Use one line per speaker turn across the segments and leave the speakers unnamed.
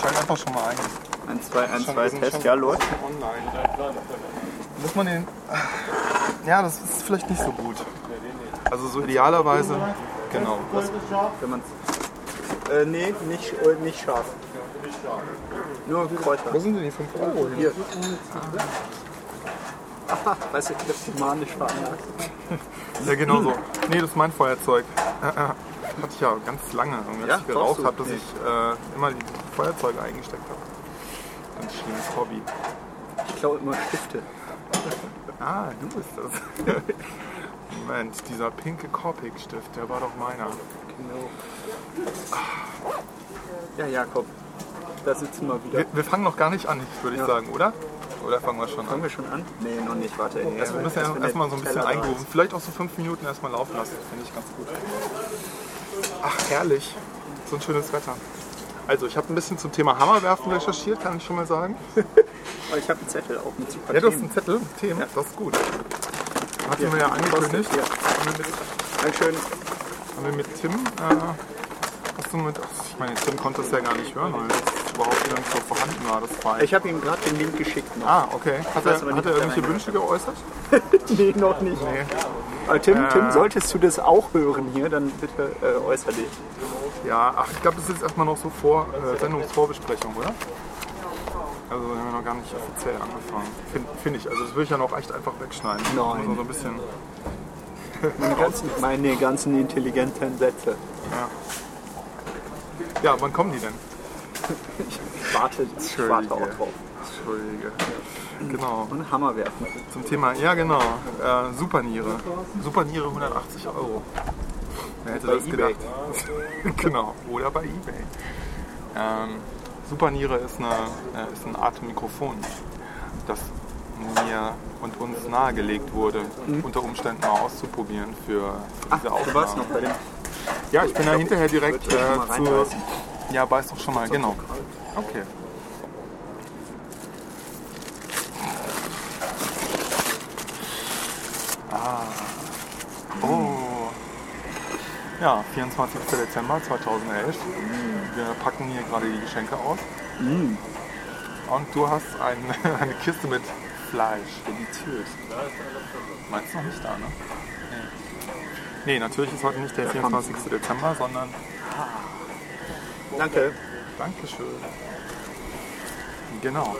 Fällt einfach schon mal ein.
Ein, zwei, ein,
Schon-
zwei,
schon-
Test.
schon-
Ja, läuft.
schon Online. Muss man den. ah, Ja, das ist vielleicht nicht so gut. Also so idealerweise. Genau. Das,
Wenn man's. Äh, nee, nicht, äh, nicht scharf. Nur Kräuter.
wo sind denn die 5 Euro hin?
Hier. Aha, weißt du, ich hab die manisch veranlagt.
Ja, genau so. Nee, das ist mein Feuerzeug. Äh, Hatte ich ja ganz lange, als
Ja,
ich geraucht
brauchst du
habe, dass
nicht.
ich äh, immer die Feuerzeuge eingesteckt habe. Ganz schlimmes Hobby.
Ich klaue immer Stifte.
Ah, du bist das. Moment, dieser pinke Copic-Stift, der war doch meiner.
Genau. Ja, Jakob, da sitzen wir wieder.
Wir, wir fangen noch gar nicht an, würde ich
Ja.
sagen, oder? Oder fangen wir schon an?
Fangen wir schon an? Nee, noch nicht. Warte, ey.
Also wir müssen ja erstmal so ein bisschen eingrooven. Vielleicht auch so fünf Minuten erstmal laufen lassen. Das finde ich ganz gut. Ach, herrlich. So ein schönes Wetter. Also, ich habe ein bisschen zum Thema Hammerwerfen recherchiert, kann ich schon mal sagen.
Oh, ich habe einen Zettel auch mit super
Ja, du hast
Themen.
einen Zettel mit Themen. Das ist gut. Hatten
Ja.
wir ja angekündigt.
Hier.
Haben wir mit,
Dankeschön.
haben wir mit Tim... Äh, hast du mit, ach, ich meine, Tim konnte es ja gar nicht hören, weil es überhaupt nirgendwo vorhanden war, das File.
Ich habe ihm gerade den Link geschickt. Noch.
ah, okay. Hat er,
weiß aber
hat
nicht,
er
ob der
irgendwelche Wünsche geäußert?
Nee, noch nicht.
Nee.
Aber Tim,
Äh.
Tim, solltest du das auch hören hier, dann bitte äh, äußer dich.
Ja, ach, ich glaube, das ist jetzt erstmal noch so vor äh, Sendungsvorbesprechung, oder? Also haben wir noch gar nicht offiziell angefangen. Finde find ich. Also das würde ich dann auch echt einfach wegschneiden.
Nein.
Muss man so ein bisschen.
Meine ganzen, meine ganzen intelligenten Sätze.
Ja, wann kommen die denn?
Ich warte, ich warte auch drauf.
Entschuldige. Genau.
Und Hammer werfen.
Zum Thema, ja genau. Äh, Superniere. Superniere 180 Euro. Wer hätte
Bei
das
eBay.
gedacht? genau. Oder bei Ebay. Ähm, Superniere ist, eine, äh, ist eine Art Mikrofon, das mir und uns nahegelegt wurde, unter Umständen mal auszuprobieren für, für diese
Mhm. Du warst
Aufnahme.
noch bei dem.
Ja, ich bin da hinterher direkt äh,
würde schon mal
zu.
reinreißen.
Ja, beiß doch schon mal, genau. Okay. Ah. Oh. Ja, 24. Dezember 2011. Wir packen hier gerade die Geschenke aus.
Mm.
Und du hast ein, eine Kiste mit Fleisch.
Deliziös.
Meinst du noch nicht da, ne? Nee. Nee, natürlich ist heute nicht der 24. Dezember, sondern
Danke.
Dankeschön. Genau.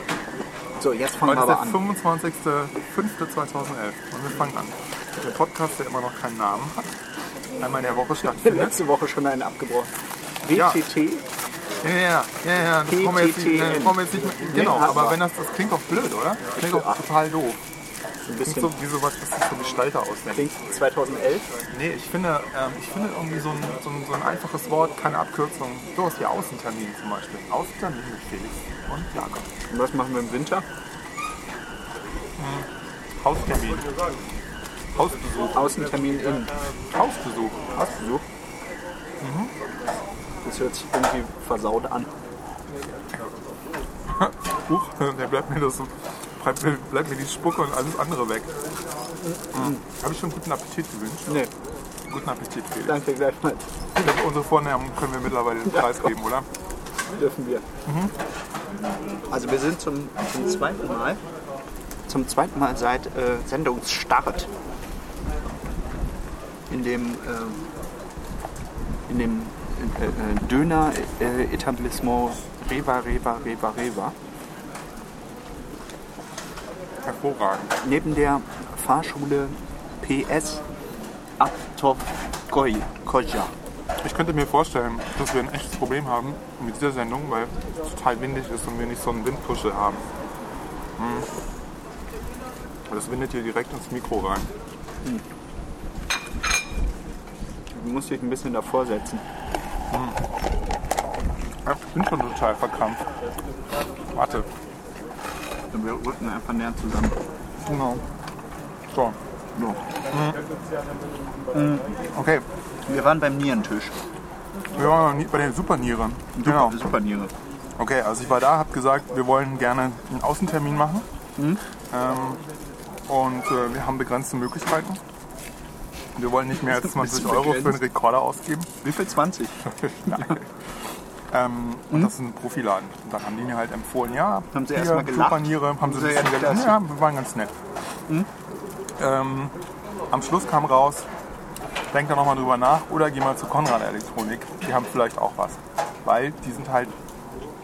So, jetzt fangen
Heute
wir
ist
aber
der
an.
25.05.2011 und wir fangen an. Der Podcast, der immer noch keinen Namen hat, einmal in der Woche stattfindet.
letzte Woche schon einen abgebrochen.
Ja.
WTT?
Ja, ja, ja, ja, das brauchen wir jetzt nicht, das brauchen wir jetzt nicht mehr. Genau,
Nee, hat
aber
man.
wenn das, das klingt doch blöd, oder? Das klingt doch total doof.
Ein
Das klingt so
bisschen
wie sowas, was sich so Gestalter ausdenkt.
klingt 2011.
Nee, ich finde, ähm, ich finde irgendwie so ein, so, ein, so ein einfaches Wort, keine Abkürzung. Sowas wie Außentermin zum Beispiel. Außentermin mit Felix und Jakob.
Und was machen wir im Winter?
Haustermin. Hausbesuch.
Außentermin in.
Hausbesuch.
Hausbesuch? Das hört sich irgendwie versaut an.
Huch, der bleibt mir das so. Bleibt mir, bleibt mir die Spucke und alles andere weg. Mhm. Habe ich schon guten Appetit gewünscht?
Nee,
Guten Appetit, Felix.
danke gleichfalls.
Ich glaube, unsere Vornamen können wir mittlerweile den
Ja,
Preis
komm.
geben, oder?
Dürfen wir. Also wir sind zum, zum zweiten Mal. Zum zweiten Mal seit äh, Sendungsstart. In dem, ähm, in dem äh, äh, Döner-Etablissement Reva, Reva, Reva, Reva.
Hervorragend.
neben der Fahrschule PS Aptov-Koja.
Ich könnte mir vorstellen, dass wir ein echtes Problem haben mit dieser Sendung, weil es total windig ist und wir nicht so einen Windpuschel haben. Mhm. Das windet hier direkt ins Mikro rein.
Du musst dich ein bisschen davor setzen.
Ach, ich bin schon total verkrampft. Warte.
Und wir rücken einfach näher zusammen.
Genau. So.
So.
Okay.
Wir waren beim Nierentisch.
Wir waren noch nie bei den Supernieren. Genau.
Super Niere.
Okay, also ich war da, habe gesagt, wir wollen gerne einen Außentermin machen.
Mhm.
Ähm, und äh, wir haben begrenzte Möglichkeiten. Wir wollen nicht mehr als
Bist
20
du
Euro für einen
begrenzt?
Rekorder ausgeben.
Mhm. Wie viel? 20?
Nein. Ähm, Und das ist ein Profiladen. Und dann haben die mir halt empfohlen, ja,
Haben sie
hier,
erst mal gelacht?
Superniere, haben sie
Sehr
ein bisschen gelacht.
klasse. Hm?
Ja, wir waren ganz nett. Ähm, am Schluss kam raus, denk da nochmal drüber nach oder geh mal zu Konrad Elektronik. Die haben vielleicht auch was. Weil die sind halt,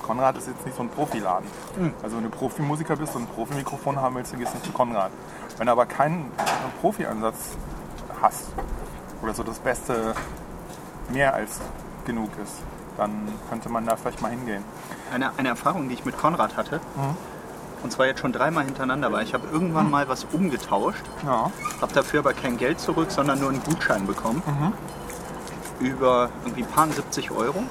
Konrad ist jetzt nicht so ein Profiladen.
Hm.
Also wenn du Profimusiker bist und ein Profimikrofon haben willst, dann gehst du nicht zu Konrad. Wenn du aber keinen Profi-Ansatz hast oder so das Beste mehr als genug ist, dann könnte man da vielleicht mal hingehen.
eine, eine Erfahrung, die ich mit Konrad hatte. Und zwar jetzt schon dreimal hintereinander, weil ich habe irgendwann mal was umgetauscht,
Ja.
habe dafür aber kein Geld zurück, sondern nur einen Gutschein bekommen. Über irgendwie ein paar 70 Euro.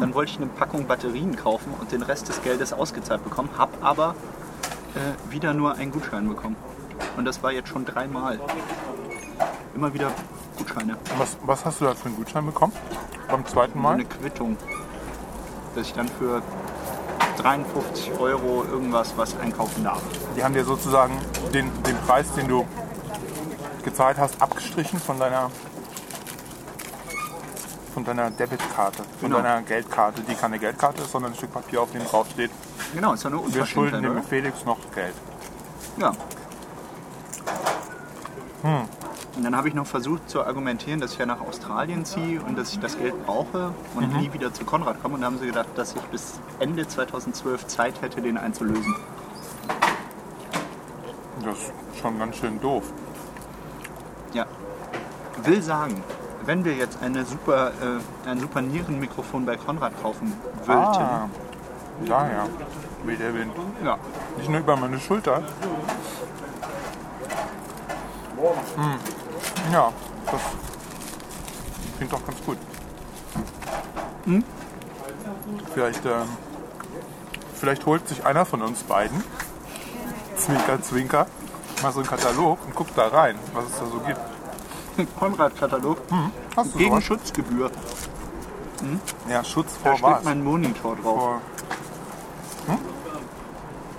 Dann wollte ich eine Packung Batterien kaufen und den Rest des Geldes ausgezahlt bekommen, habe aber äh, wieder nur einen Gutschein bekommen. Und das war jetzt schon dreimal. Immer wieder Gutscheine.
Was, was hast du da für einen Gutschein bekommen? Beim zweiten
So
Mal?
eine Quittung, dass ich dann für 53 Euro irgendwas was einkaufen darf.
Die haben dir sozusagen den, den Preis, den du gezahlt hast, abgestrichen von deiner von deiner Debitkarte, von
Genau.
deiner Geldkarte, die keine Geldkarte ist, sondern ein Stück Papier, auf dem draufsteht,
Genau, ist ja eine
wir schulden
Unverschämtheit,
dem
oder?
Felix noch Geld.
Ja.
Hm.
Und dann habe ich noch versucht zu argumentieren, dass ich ja nach Australien ziehe und dass ich das Geld brauche und
Mhm.
nie wieder zu Konrad komme. Und da haben sie gedacht, dass ich bis Ende 2012 Zeit hätte, den einzulösen.
Das ist schon ganz schön doof.
Ja. Will sagen, wenn wir jetzt eine super, äh, ein super Nierenmikrofon bei Konrad kaufen würden,
Ah, daher, wie der Wind.
ja,
Nicht nur über meine Schulter. Hm. Hm. Ja, das klingt doch ganz gut.
Hm?
Vielleicht, ähm, vielleicht holt sich einer von uns beiden, Zwinker, Zwinker, mal so einen Katalog und guckt da rein, was es da so gibt.
Konrad-Katalog
Mhm. Hast du
gegen
sowas?
Schutzgebühr.
Ja, Schutz
Da
vor
steht
was?
mein Monitor drauf.
Vor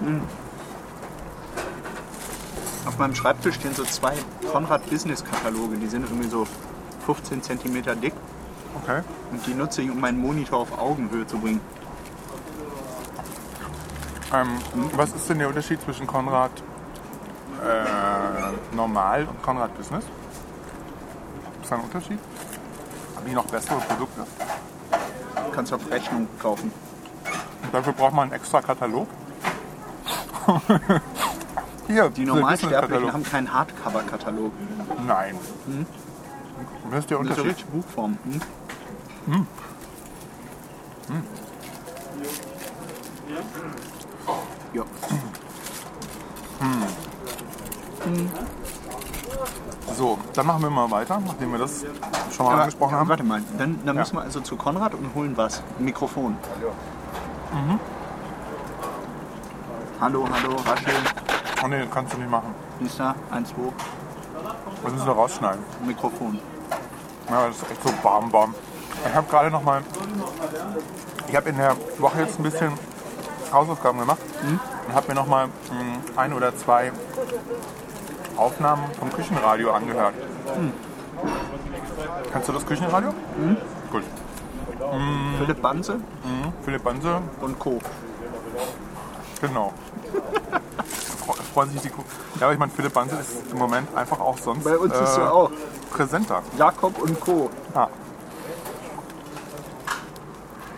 Mhm.
Auf meinem Schreibtisch stehen so zwei Konrad Business Kataloge, die sind irgendwie so 15 cm dick
okay.
und die nutze ich, um meinen Monitor auf Augenhöhe zu bringen.
Ähm, was ist denn der Unterschied zwischen Konrad äh, Normal und Konrad Business? Ist da ein Unterschied? Haben die noch bessere Produkte?
Kannst du auf Rechnung kaufen.
Und dafür braucht man einen extra Katalog? Hier,
Die
dieser
Normalsterblichen
Business-Katalog.
haben keinen Hardcover-Katalog.
Nein. Das ist der
Das ist so
Unterschied.
Hm? richtig Buchform. Hm?
Hm.
Ja.
So, dann machen wir mal weiter, nachdem wir das schon mal angesprochen haben.
Warte mal, dann, dann müssen wir also zu Konrad und holen was? Ein Mikrofon. Mhm. Hallo, hallo, Raschel,
Oh nee, kannst du nicht machen.
Lisa, 1, 2,
Das müssen wir rausschneiden.
Mikrofon.
Ja, das ist echt so bam bam. Ich habe gerade noch mal, ich habe in der Woche jetzt ein bisschen Hausaufgaben gemacht
Mhm.
und habe mir noch mal mh, ein oder zwei Aufnahmen vom Küchenradio angehört.
Mhm.
Kannst du das Küchenradio? Gut. Mhm.
Philipp Banse
Philipp Banse,
und Co.
genau. Fre- Freuen sich die Kuh. Ja, aber ich meine, Philipp Banse ist im Moment einfach auch sonst
Bei uns ist
äh,
er auch.
präsenter.
Jakob und Co.
Ah.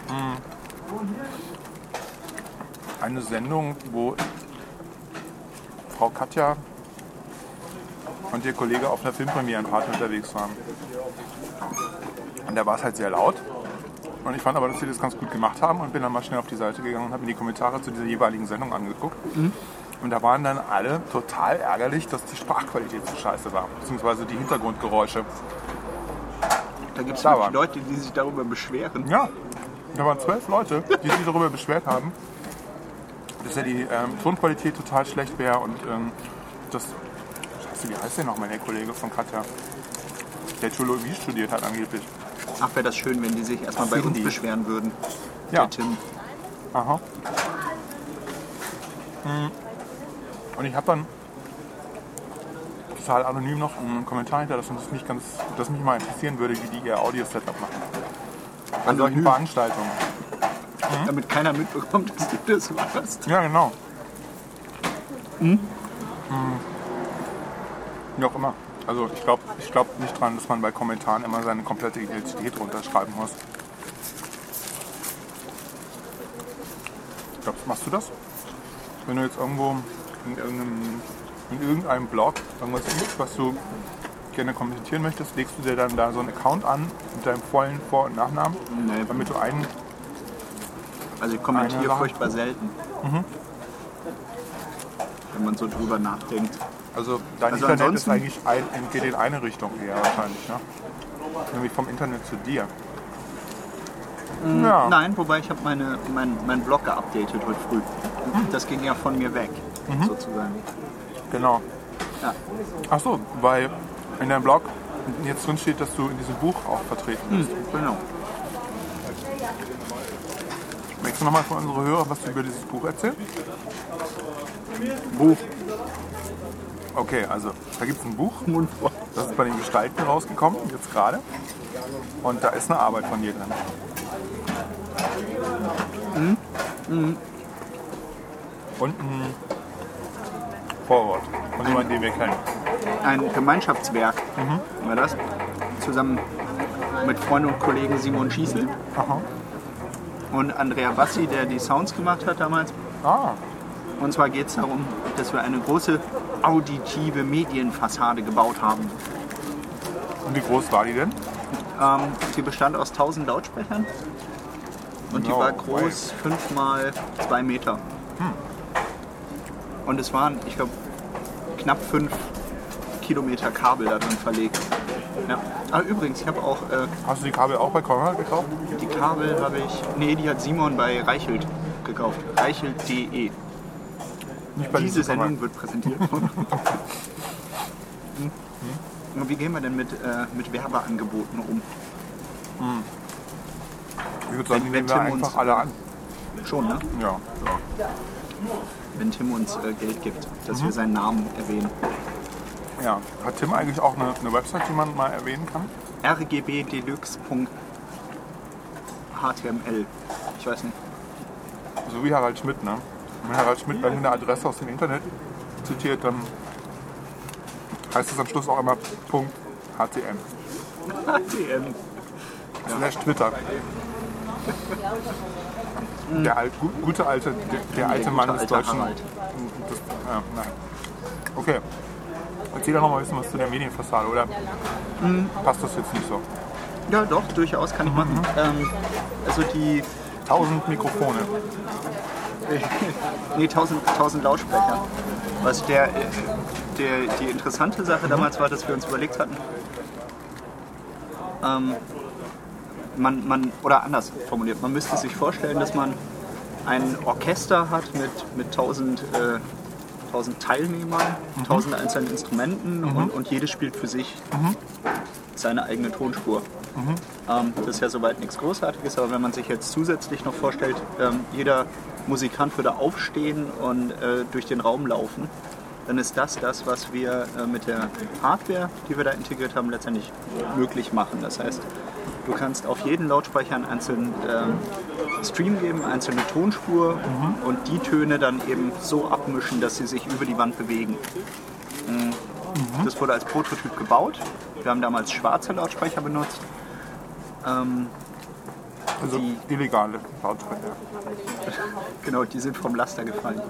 Mhm. Eine Sendung, wo Frau Katja und ihr Kollege auf einer Filmpremierenparty unterwegs waren. Und da war es halt sehr laut. Und ich fand aber, dass sie das ganz gut gemacht haben und bin dann mal schnell auf die Seite gegangen und habe mir die Kommentare zu dieser jeweiligen Sendung angeguckt. Und da waren dann alle total ärgerlich, dass die Sprachqualität so scheiße war, beziehungsweise die Hintergrundgeräusche.
Da gibt es
Da waren.
Leute, die sich darüber beschweren.
Ja, da waren zwölf Leute, die sich darüber beschwert haben, dass ja die ähm, Tonqualität total schlecht wäre und ähm, das. Scheiße, wie heißt der nochmal, der Kollege von Katja? Der Theologie studiert hat angeblich.
Ach, wäre das schön, wenn die sich erstmal bei uns
Finden die.
beschweren würden.
Ja. Mhm.
Der Tim.
Aha. Hm. Und ich habe dann total anonym noch einen Kommentar hinterlassen, dass mich, ganz, dass mich mal interessieren würde, wie die ihr Audio-Setup machen. Bei solchen
Anonym.
Veranstaltungen.
damit keiner mitbekommt, dass du das warst.
Ja, genau. Hm. Wie auch immer. Also ich glaube ich glaub nicht dran, dass man bei Kommentaren immer seine komplette Identität runterschreiben muss. Glaubst, machst du das? Wenn du jetzt irgendwo in irgendeinem, in irgendeinem Blog irgendwas siehst, was du gerne kommentieren möchtest, legst du dir dann da so einen Account an mit deinem vollen Vor- und Nachnamen,
Nee,
damit du einen...
also ich kommentiere
Eine Sache. Mhm.
furchtbar selten. Wenn man so drüber nachdenkt.
Also dein
Also
Internet ist
ansonsten-
eigentlich ein, geht in eine Richtung eher wahrscheinlich, ne? Nämlich vom Internet zu dir.
Mhm.
ja.
Nein, wobei ich habe meine, mein, meinen Blog geupdatet heute früh. Das ging ja von mir weg, sozusagen.
Genau.
Ja.
Ach so, weil in deinem Blog jetzt drin steht, dass du in diesem Buch auch vertreten bist.
Genau. Mhm.
Möchtest du nochmal für unsere Hörer was über dieses Buch erzählen?
Buch
Okay, also da gibt es ein Buch,
Mundwort.
das ist bei den Gestalten rausgekommen, jetzt gerade. Und da ist eine Arbeit von dir drin.
Mhm.
Und ein Vorwort von jemandem, den wir kennen.
Ein Gemeinschaftswerk war das. Zusammen mit Freund und Kollegen Simon Schießel
Aha.
und Andrea Bassi, der die Sounds gemacht hat damals.
Ah,
Und zwar geht es darum, dass wir eine große auditive Medienfassade gebaut haben.
und wie groß war die denn?
Ähm, sie bestand aus 1000 Lautsprechern und die
No Hm.
war groß, 5 mal 2 Meter. Und es waren, ich glaube, knapp 5 Kilometer Kabel da drin verlegt. Ja. Ah, übrigens, ich habe auch äh,
Hast du die Kabel auch bei Konrad gekauft?
die Kabel, habe ich, nee, die hat Simon bei Reichelt gekauft. Reichelt.de.
Nicht bei
Diese
diesem Konrad.
Sendung wird präsentiert von. Hm. Und Wie gehen wir denn mit, äh, mit Werbeangeboten um?
Ich würde sagen, die
Wenn-
nehmen
wenn
wir
Tim uns-
einfach alle an.
Schon, ne?
Ja.
wenn Tim uns äh, Geld gibt, dass wir seinen Namen erwähnen.
ja. Hat Tim eigentlich auch eine, eine Website, die man mal erwähnen kann?
rgbdeluxe.html. Ich weiß nicht.
So wie Harald Schmidt, ne? Wenn Harald Schmidt irgendeine Adresse aus dem Internet zitiert, dann heißt es am Schluss auch immer Punkt .htm.
HTM.
Slash Twitter. Der alt, gu, gute alte, der, der alte
gute
Mann des
alte
Deutschen.
Harald.
Das, ja, nein. Okay. Erzähl doch noch mal ein bisschen was zu der Medienfassade, oder?
Mhm.
Passt das jetzt nicht so?
Ja, doch, durchaus kann ich machen. Ähm, also die
1000 Mikrofone.
nee, 1000, 1000 Lautsprecher. Was der, äh, der, die interessante Sache damals war, dass wir uns überlegt hatten, ähm, man, man, oder anders formuliert, man müsste sich vorstellen, dass man ein Orchester hat mit, mit 1000, äh, 1000 Teilnehmern, 1000 einzelnen Instrumenten und, und jedes spielt für sich seine eigene Tonspur. Ähm, das ist ja soweit nichts Großartiges, aber wenn man sich jetzt zusätzlich noch vorstellt, ähm, jeder Musikant würde aufstehen und äh, durch den Raum laufen, dann ist das das, was wir äh, mit der Hardware, die wir da integriert haben, letztendlich möglich machen. Das heißt, du kannst auf jeden Lautsprecher einen einzelnen ähm, Stream geben, einzelne Tonspur und die Töne dann eben so abmischen, dass sie sich über die Wand bewegen. Das wurde als Prototyp gebaut. Wir haben damals schwarze Lautsprecher benutzt. Ähm,
Also
Die-
illegale Lautsprecher.
genau, die sind vom Laster gefallen.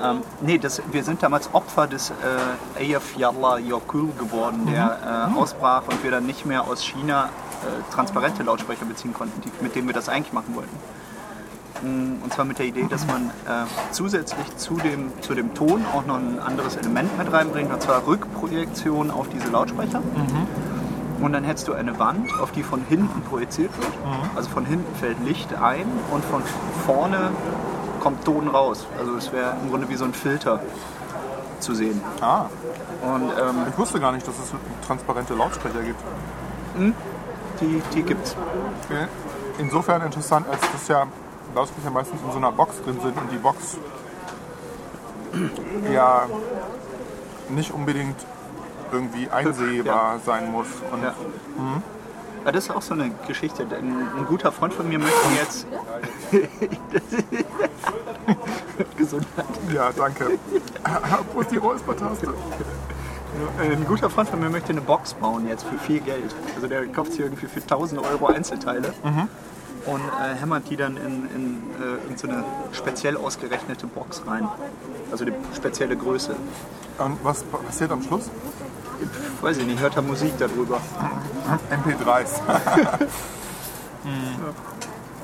Ähm, nee, das, wir sind damals Opfer des äh, Ayaf Yalla Yokul geworden, der äh, ausbrach und wir dann nicht mehr aus China äh, transparente Lautsprecher beziehen konnten, die, mit denen wir das eigentlich machen wollten. Mm, Und zwar mit der Idee, dass man äh, zusätzlich zu dem, zu dem Ton auch noch ein anderes Element mit reinbringt, und zwar Rückprojektion auf diese Lautsprecher. Und dann hättest du eine Wand, auf die von hinten projiziert wird. Also von hinten fällt Licht ein und von vorne kommt Ton raus. Also es wäre im Grunde wie so ein Filter zu sehen.
Ah,
Und ähm,
ich wusste gar nicht, dass es transparente Lautsprecher gibt.
die, die gibt's.
Insofern interessant, als dass ja Lautsprecher meistens in so einer Box drin sind und die Box ja nicht unbedingt irgendwie einsehbar sein muss. Und
Ja. Aber das ist auch so eine Geschichte. Ein, ein guter Freund von mir möchte jetzt. Gesundheit.
Ja, danke. Wo ist die Räuspertaste?
Äh, Ein guter Freund von mir möchte eine Box bauen jetzt für viel Geld. Also der kauft sich irgendwie für 1000 Euro Einzelteile und äh, hämmert die dann in, in, äh, in so eine speziell ausgerechnete Box rein. Also die spezielle Größe.
Und was pa- passiert am Schluss?
Weiß ich nicht, hört er Musik darüber.
MP3s.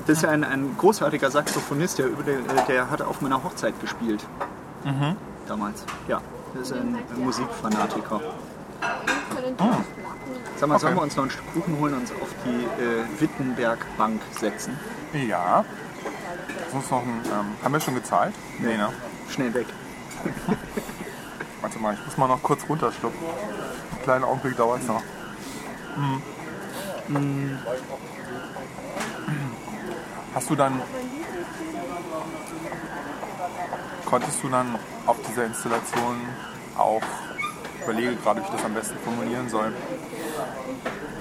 Das ist ja ein, ein großartiger Saxophonist, der, über den- äh, der hat auf meiner Hochzeit gespielt.
Mhm.
Damals, ja. Das ist ein Musikfanatiker. Sag mal, sollen wir uns noch ein Stück Kuchen holen und uns auf die äh, Wittenberg-Bank setzen?
Ja. Sonst noch ein, ähm, haben wir schon gezahlt? Nee, ne?
Schnell weg.
Warte mal, ich muss mal noch kurz runterschlucken. Einen kleinen Augenblick dauert es noch. Hm. Hast du dann. Konntest du dann auf dieser Installation auch, ich überlege gerade, wie ich das am besten formulieren soll,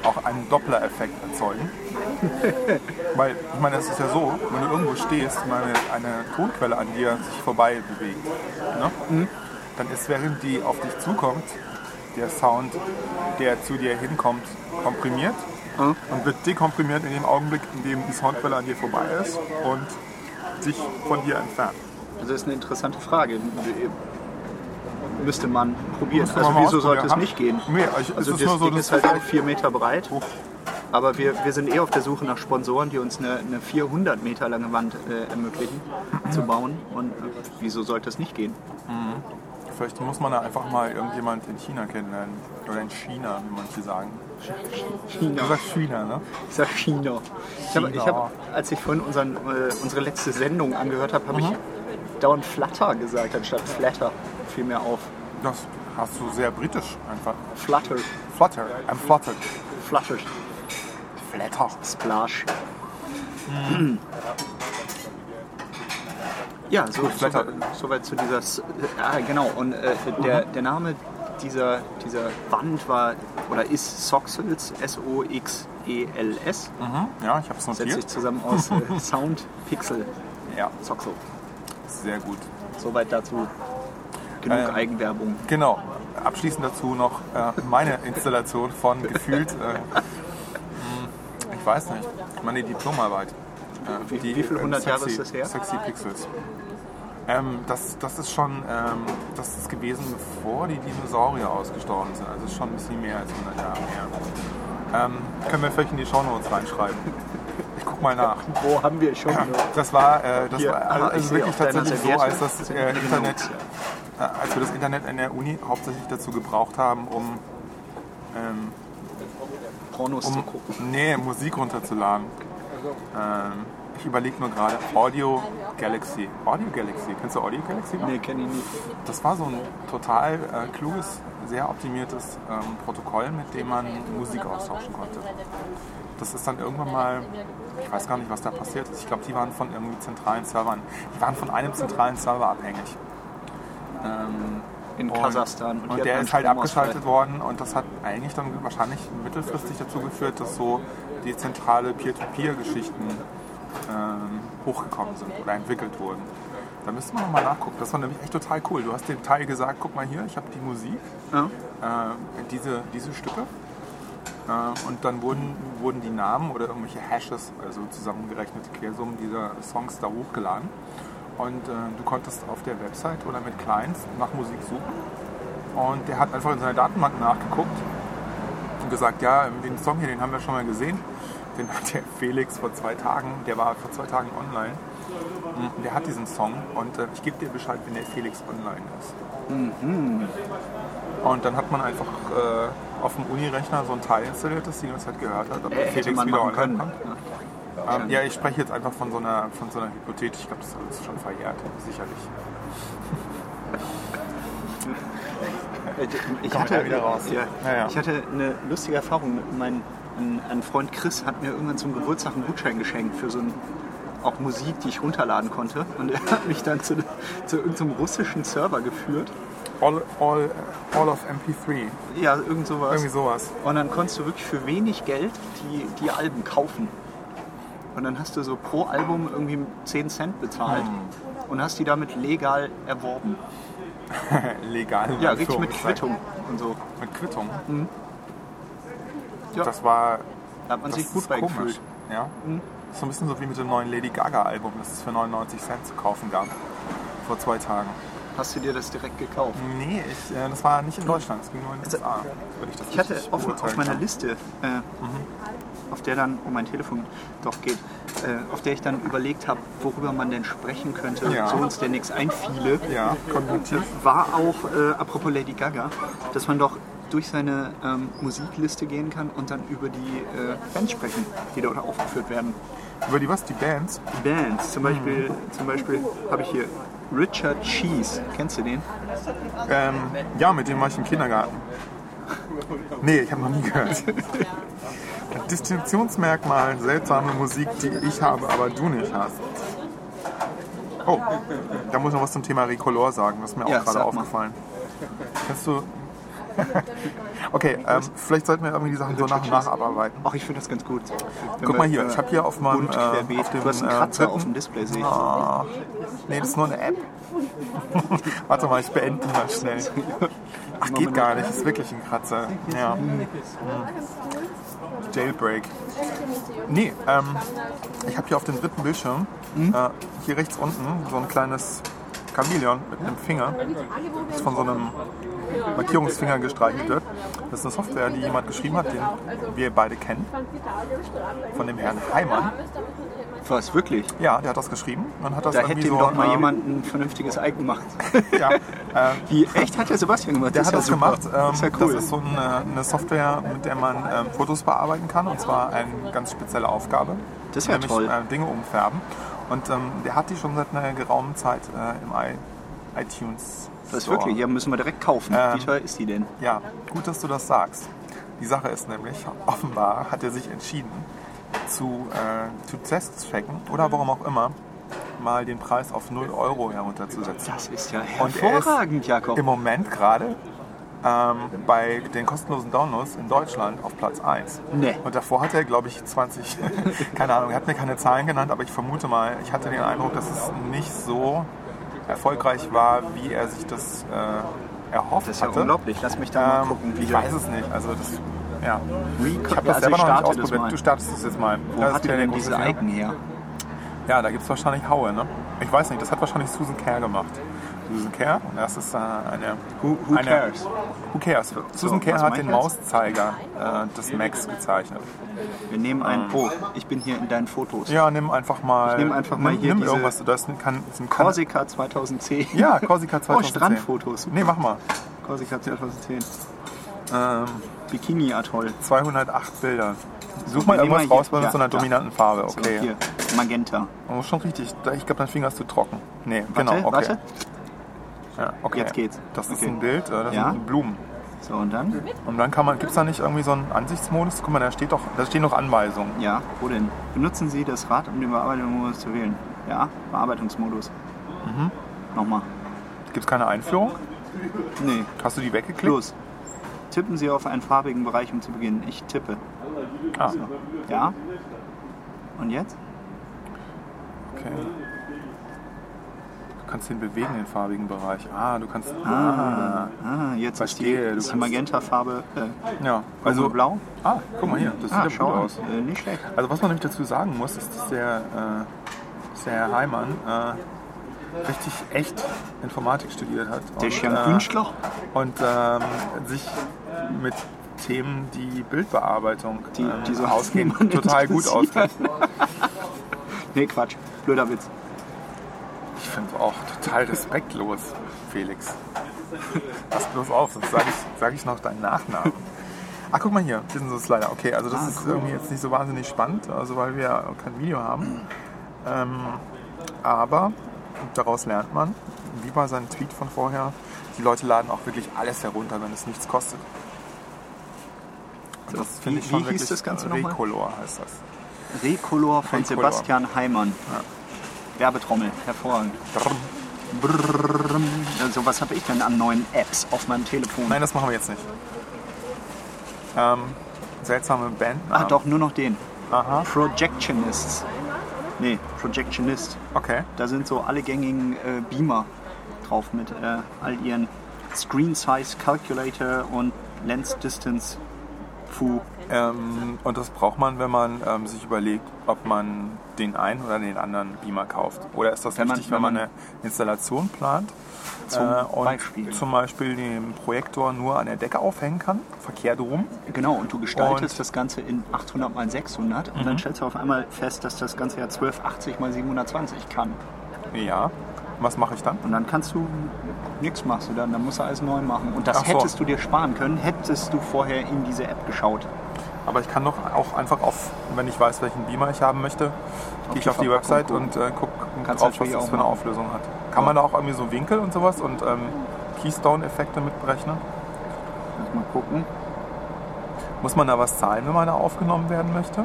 auch einen Doppler-Effekt erzeugen? Weil, ich meine, es ist ja so, wenn du irgendwo stehst und eine, eine Tonquelle an dir sich vorbei bewegt, ne? dann ist während die auf dich zukommt, der Sound, der zu dir hinkommt, komprimiert
Mhm.
und wird dekomprimiert in dem Augenblick, in dem die Soundquelle an dir vorbei ist und sich von dir entfernt.
Also, Das ist eine interessante Frage. Müsste man probieren.
Müsste man
Also
mal
wieso sollte
ausprobieren,
es
ne?
nicht gehen?
Nee, ich- es
Also
ist
das
nur so,
Ding
dass
ist halt
du- Oh.
auch 4 Meter breit.
Uff.
Aber wir, wir sind eh auf der Suche nach Sponsoren, die uns eine, eine 400 Meter lange Wand äh, ermöglichen
Mhm.
zu bauen. Und äh, wieso sollte es nicht gehen?
Vielleicht muss man da einfach mal irgendjemand in China kennenlernen. Oder in China, wie manche sagen.
China.
Du sagst China, ne?
Ich sag China. Ich hab, ich
China.
hab, als ich vorhin unseren, äh, unsere letzte Sendung angehört habe, habe
Mhm.
ich dauernd Flatter gesagt anstatt Flatter. Fiel mir auf.
Das hast du sehr britisch einfach.
Flutter,
Flutter. I'm fluttered.
Flutter,
Flatter.
Splash. Mm. Ja, so, so,
Flatter.
soweit zu dieser. S ah, genau. Und äh, der, der Name dieser, dieser Band war oder ist Soxels, S-O-X-E-L-S.
Mhm. Ja, ich habe es
E Setzt sich
notiert.
zusammen aus äh, Sound, Pixel,
Ja,
Soxel.
sehr gut.
Soweit dazu. Genug
Ähm.
Eigenwerbung.
Genau. Abschließend dazu noch äh, meine Installation von gefühlt, äh, mh, ich weiß nicht, meine Diplomarbeit. Äh,
Wie- wie viel
ähm,
100 Jahre
sexy,
ist das her?
Sexy Pixels. Ähm, das, das ist schon, ähm, das ist gewesen, bevor die Dinosaurier ausgestorben sind. Also ist schon ein bisschen mehr als 100 Jahre her. Ähm, können wir vielleicht in die Shownotes reinschreiben. Ich guck mal nach.
Wo haben wir schon?
Das war, äh, das
Hier,
war
aha,
also,
ich
also
sehe
wirklich
auf deiner
tatsächlich so,
Serviette Genau.
als das
sind
äh,
die
Internet,
Notes,
äh, als wir das Internet an der Uni hauptsächlich dazu gebraucht haben, um, ähm,
Pornos zu
um
gucken.
nee, Musik runterzuladen. Ähm, ich überlege nur gerade Audio Galaxy. Audio Galaxy, kennst du Audio Galaxy noch?
Nee, kenne ich nicht.
Das war so ein total äh, kluges, sehr optimiertes ähm, Protokoll, mit dem man Musik austauschen konnte. Das ist dann irgendwann mal, ich weiß gar nicht, was da passiert ist. Ich glaube, die waren von irgendwie zentralen Servern, die waren von einem zentralen Server abhängig. Ähm,
In
und-
Kasachstan.
Und,
die
der
hatten
ist halt
einen Stromausfall.
abgeschaltet worden und das hat eigentlich dann wahrscheinlich mittelfristig dazu geführt, dass so dezentrale Peer-to-Peer-Geschichten ähm, hochgekommen sind oder entwickelt wurden. Da müsste man nochmal nachgucken. Das war nämlich echt total cool. Du hast dem Teil gesagt, guck mal hier, ich habe die Musik,
Ja.
äh, diese, diese Stücke. Äh, und dann wurden, wurden die Namen oder irgendwelche Hashes, also zusammengerechnete Quersummen dieser Songs da hochgeladen. Und äh, du konntest auf der Website oder mit Clients nach Musik suchen. Und der hat einfach in seiner Datenbank nachgeguckt und gesagt, ja, den Song hier, den haben wir schon mal gesehen. Den hat der Felix vor zwei Tagen, der war vor zwei Tagen online. Und der hat diesen Song und äh, ich gebe dir Bescheid, wenn der Felix online ist.
Mhm.
Und dann hat man einfach äh, auf dem Uni-Rechner so ein Teil installiert, das die ganze Zeit gehört hat, ob der
Äh, hätte
Felix
man
wieder
machen
online
können.
kommt. Ähm, ja, ich spreche jetzt einfach von so einer, von so einer Hypothetisch. Ich glaube, das ist alles schon verjährt, sicherlich.
Äh, d- Ich
Kommt
hatte,
ja wieder raus.
Ja,
Ja, ja.
ich hatte eine lustige Erfahrung. Mein ein, ein Freund Chris hat mir irgendwann zum Geburtstag einen Gutschein geschenkt für so ein, auch Musik, die ich runterladen konnte. Und er hat mich dann zu, zu irgendeinem russischen Server geführt.
All, all,
äh,
all of MP3.
Ja, irgend sowas.
Irgendwie sowas.
Und dann konntest du wirklich für wenig Geld die, die Alben kaufen. Und dann hast du so pro Album irgendwie 10 Cent bezahlt
Hm.
und hast die damit legal erworben.
Äh, Legal. in
Ja, richtig mit
Anführungszeichen.
Quittung und so.
Mit Quittung.
Ja.
Das war
Da hat man
das
sich gut Mhm.
ist
bei
komisch.
gefühlt.
Ja. So ein bisschen so wie mit dem neuen Lady Gaga-Album, das es für 99 Cent zu kaufen gab. Vor zwei Tagen.
Hast du dir das direkt gekauft?
Nee, ich, äh, das war nicht in Deutschland, das ging nur in den
Also,
USA. wenn ich das Mhm.
Ich hatte
richtig
auf, auf
beurteilen
meiner
kann.
Liste, äh, auf der dann, oh mein Telefon doch geht, äh, auf der ich dann überlegt habe, worüber man denn sprechen könnte,
Ja.
so uns denn nichts einfiele,
Ja, kognitiv.
war auch, äh, apropos Lady Gaga, dass man doch durch seine ähm, Musikliste gehen kann und dann über die äh, Bands sprechen, die dort aufgeführt werden.
Über die was? Die Bands?
Bands, zum Beispiel,
Mhm.
zum Beispiel habe ich hier Richard Cheese, kennst du den?
Ähm, ja, mit denen war ich im Kindergarten. Nee, ich habe noch nie gehört. Distinktionsmerkmal, seltsame Musik, die ich habe, aber du nicht hast. Oh, da muss ich noch was zum Thema Recolor sagen, das ist mir
Ja,
auch gerade
sag mal.
aufgefallen. Kannst du. okay, ähm, vielleicht sollten wir irgendwie die Sachen so nach und nach abarbeiten.
Ach, ich finde das ganz gut.
Guck mal hier, ich habe hier auf meinem.
und querbeet.
Äh, auf dem,
du hast einen
äh, Ah.
Kratzer auf
dritten-
dem Display, sehe ich.
Nee, das ist nur eine App. Warte mal, ich beende mal schnell. Ach, geht gar nicht. Ist wirklich ein Kratzer. Ja. Hm. Jailbreak. Nee, ähm, ich habe hier auf dem dritten Bildschirm,
Mhm.
äh, hier rechts unten, so ein kleines Chamäleon mit einem Finger. Das von so einem Markierungsfinger gestreichelt wird. Das ist eine Software, die jemand geschrieben hat, den wir beide kennen. Von dem Herrn Heimann.
Was, wirklich?
Ja, der hat das geschrieben und hat das
Da
irgendwie
hätte ihm
so.
doch mal
ähm,
jemand ein vernünftiges Ei gemacht.
Ja, äh,
Wie, echt? Hat der Sebastian gemacht?
Der hat
ja
das
super.
gemacht. Ähm,
ist ja cool.
Das ist so eine, eine Software, mit der man ähm, Fotos bearbeiten kann. Und zwar eine ganz spezielle Aufgabe.
Das ist ja
nämlich,
toll.
Äh, Dinge umfärben. Und ähm, der hat die schon seit einer geraumen Zeit äh, im i- iTunes.
das ist
Store.
wirklich, ja, müssen wir direkt kaufen.
Ähm,
Wie teuer ist die denn?
Ja, gut, dass du das sagst. Die Sache ist nämlich, offenbar hat er sich entschieden, zu, äh, zu Testchecken oder warum auch immer, mal den Preis auf 0 Euro herunterzusetzen.
Das ist ja
Und er ist
hervorragend, Jakob.
Im Moment gerade ähm, bei den kostenlosen Downloads in Deutschland auf Platz 1.
Nee.
Und davor hat er, glaube ich, 20, keine Ahnung, er hat mir keine Zahlen genannt, aber ich vermute mal, ich hatte den Eindruck, dass es nicht so erfolgreich war, wie er sich das äh, erhofft
Das ist ja
hatte.
unglaublich. Lass mich da mal
Ähm,
gucken, wie
ich
der-
weiß es nicht. Also das, ja.
Wie-
Ich habe
Ja, also
das selber noch nicht
starte das mal.
ausprobiert. Du startest es jetzt mal.
Wo
Das
hat
ist wieder
er denn
der große
diese
Fehler.
Icon her?
Ja, da gibt es wahrscheinlich Haue, ne? Ich weiß nicht, das hat wahrscheinlich Susan Kerr gemacht. Susan Kerr, und das ist äh, eine...
Who- who
eine,
cares?
Who cares? Susan Kerr
was
hat
meint
den
jetzt?
Mauszeiger äh, des Macs gezeichnet.
Wir nehmen einen Po. Ich bin hier in deinen Fotos.
Ah. Ja, nimm einfach mal...
Ich nehm einfach mal
nimm,
hier
nimm
diese-
irgendwas, das kann, das kann,
Korsika 2010.
Ja, Korsika 2010.
Oh, Strandfotos.
Nee, mach mal.
Korsika 2010.
Ähm,
Bikini-Atoll.
208 Bilder. Such
wir
mal
nehmen
irgendwas
mal
raus
hier-
mit
ja,
so einer
ja.
dominanten Farbe.
So,
Okay.
hier. Magenta.
Man muss schon richtig... da- Ich glaube, dein Finger ist zu trocken. Nee,
Warte,
genau. Okay.
warte.
Ja, okay.
Jetzt geht's.
Das ist
Okay.
ein Bild, äh, das
Ja?
sind Blumen.
So, und dann?
Und dann kann man, gibt es da nicht irgendwie so einen Ansichtsmodus? Guck mal, da, steht doch, da stehen doch Anweisungen.
Ja, wo denn? Benutzen Sie das Rad, um den Bearbeitungsmodus zu wählen. Ja, Bearbeitungsmodus.
Mhm.
Nochmal.
Gibt es keine Einführung?
Nee,
Hast du die weggeklickt?
los. Tippen Sie auf einen farbigen Bereich, um zu beginnen. Ich tippe.
Ah,
Ja? Und jetzt?
okay. Du kannst den bewegen, den farbigen Bereich. Ah, du kannst.
Ah, ah jetzt
Verstehe, du
ist die, ist die
kannst-
Magenta-Farbe äh,
Ja,
also
also.
blau.
Ah, guck mal hier, das sieht
Ah,
ja gut
schau
aus.
aus. Äh, nicht schlecht.
Also, was man nämlich dazu sagen muss, ist, dass der, äh, dass der Herr Heimann äh, richtig echt Informatik studiert hat.
Der ist ja ein
äh,
Künstler.
und ähm, sich mit Themen, die Bildbearbeitung
Die-
ähm,
die sonst
ausgehen,
niemanden
total gut
interessieren.
auskennt.
Nee, Quatsch. Blöder Witz.
Ich finde es auch total respektlos, Felix. Pass bloß auf, sonst sage ich, sag ich noch deinen Nachnamen. Ach, guck mal hier, das sind so Slider. Okay, also das
Ah,
ist
cool.
irgendwie jetzt nicht so wahnsinnig spannend, also weil wir kein Video haben. Ähm, aber daraus lernt man, wie bei seinem Tweet von vorher, die Leute laden auch wirklich alles herunter, wenn es nichts kostet. Und das finde
wie-
ich schon
wie hieß
wirklich
das Ganze nochmal?
Recolor heißt das.
Recolor von
Recolor.
Sebastian Heimann. Werbetrommel. Hervorragend.
Drum.
Brrrr. Also was habe ich denn an neuen Apps auf meinem Telefon?
Nein, das machen wir jetzt nicht. Ähm, seltsame Band.
Ach Ah, doch, nur noch den.
Aha,
Projectionists. Nee, Projectionist.
okay.
Da sind so alle gängigen äh, Beamer drauf mit äh, all ihren Screen Size Calculator und Lens Distance Fu.
Ähm, und das braucht man, wenn man ähm, sich überlegt, ob man den einen oder den anderen Beamer kauft. Oder ist das
Wenn man-
wichtig, wenn man
wenn
eine Installation plant
Zum
äh, und
Beispiel.
zum Beispiel den Projektor nur an der Decke aufhängen kann, verkehrt rum?
Genau, und du gestaltest
Und- Mhm.
das Ganze in 800 mal 600 und dann stellst du auf einmal fest, dass das Ganze ja 1280 mal 720 kann.
Ja. Was mache ich dann?
Und dann kannst du nichts machst du dann, dann musst du alles neu machen. Und das
Ach so.
hättest du dir sparen können, hättest du vorher in diese App geschaut.
Aber ich kann doch auch einfach auf, wenn ich weiß, welchen Beamer ich haben möchte, gehe ich
die
auf die
Verpackung
Website
gucken.
und äh, gucke
Kannst
drauf, was
natürlich
das
auch
für eine
machen.
Auflösung hat. Kann man da auch irgendwie so Winkel und sowas und ähm, Keystone-Effekte mitberechnen?
Lass mal gucken.
Muss man da was zahlen, wenn man da aufgenommen werden möchte?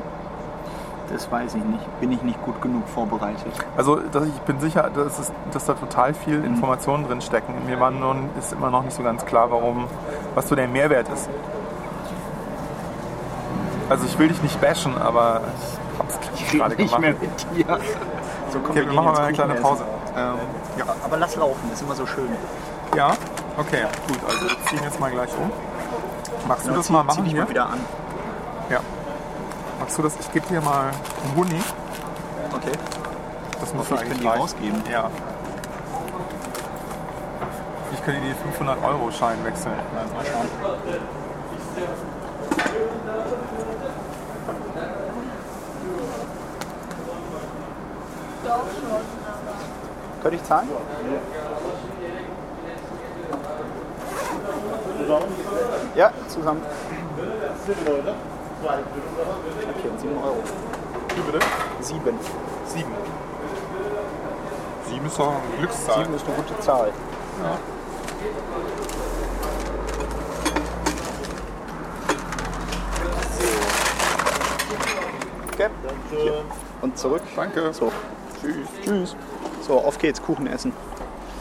Das weiß ich nicht. Bin ich nicht gut genug vorbereitet.
Also dass ich bin sicher, dass, es, dass da total
Mhm.
viel Informationen drin stecken. Mir war nur, ist immer noch nicht so ganz klar, warum, was so der Mehrwert ist. Also ich will dich nicht bashen, aber ich hab's
Ich
gerade
rede nicht
gemacht.
mehr mit dir. So kommen
Okay, wir
gehen
machen
jetzt
mal eine
Kuchen
kleine
essen.
Pause. Ähm, ja.
Aber lass laufen, ist immer so schön.
ja, okay, gut. Also wir ziehen jetzt mal gleich um. Magst du
Dann
das
zieh-
mal
zieh
machen
dich
hier?
mal wieder an.
Ja. Magst du das? Ich gebe dir mal einen Huni.
Okay.
Das muss
Hoffentlich
eigentlich
können die
reichen.
rausgeben.
Ja. Ich könnte dir den 500-Euro-Schein wechseln.
Mal schauen. Könnte ich zahlen? Ja, zusammen. Okay, 7 Euro.
Wie bitte?
7.
Sieben. Sieben ist doch eine Glückszahl.
7 ist eine gute Zahl. Okay. Hier. Und zurück.
Danke.
So.
Tschüss.
Tschüss. So, auf geht's, Kuchen essen.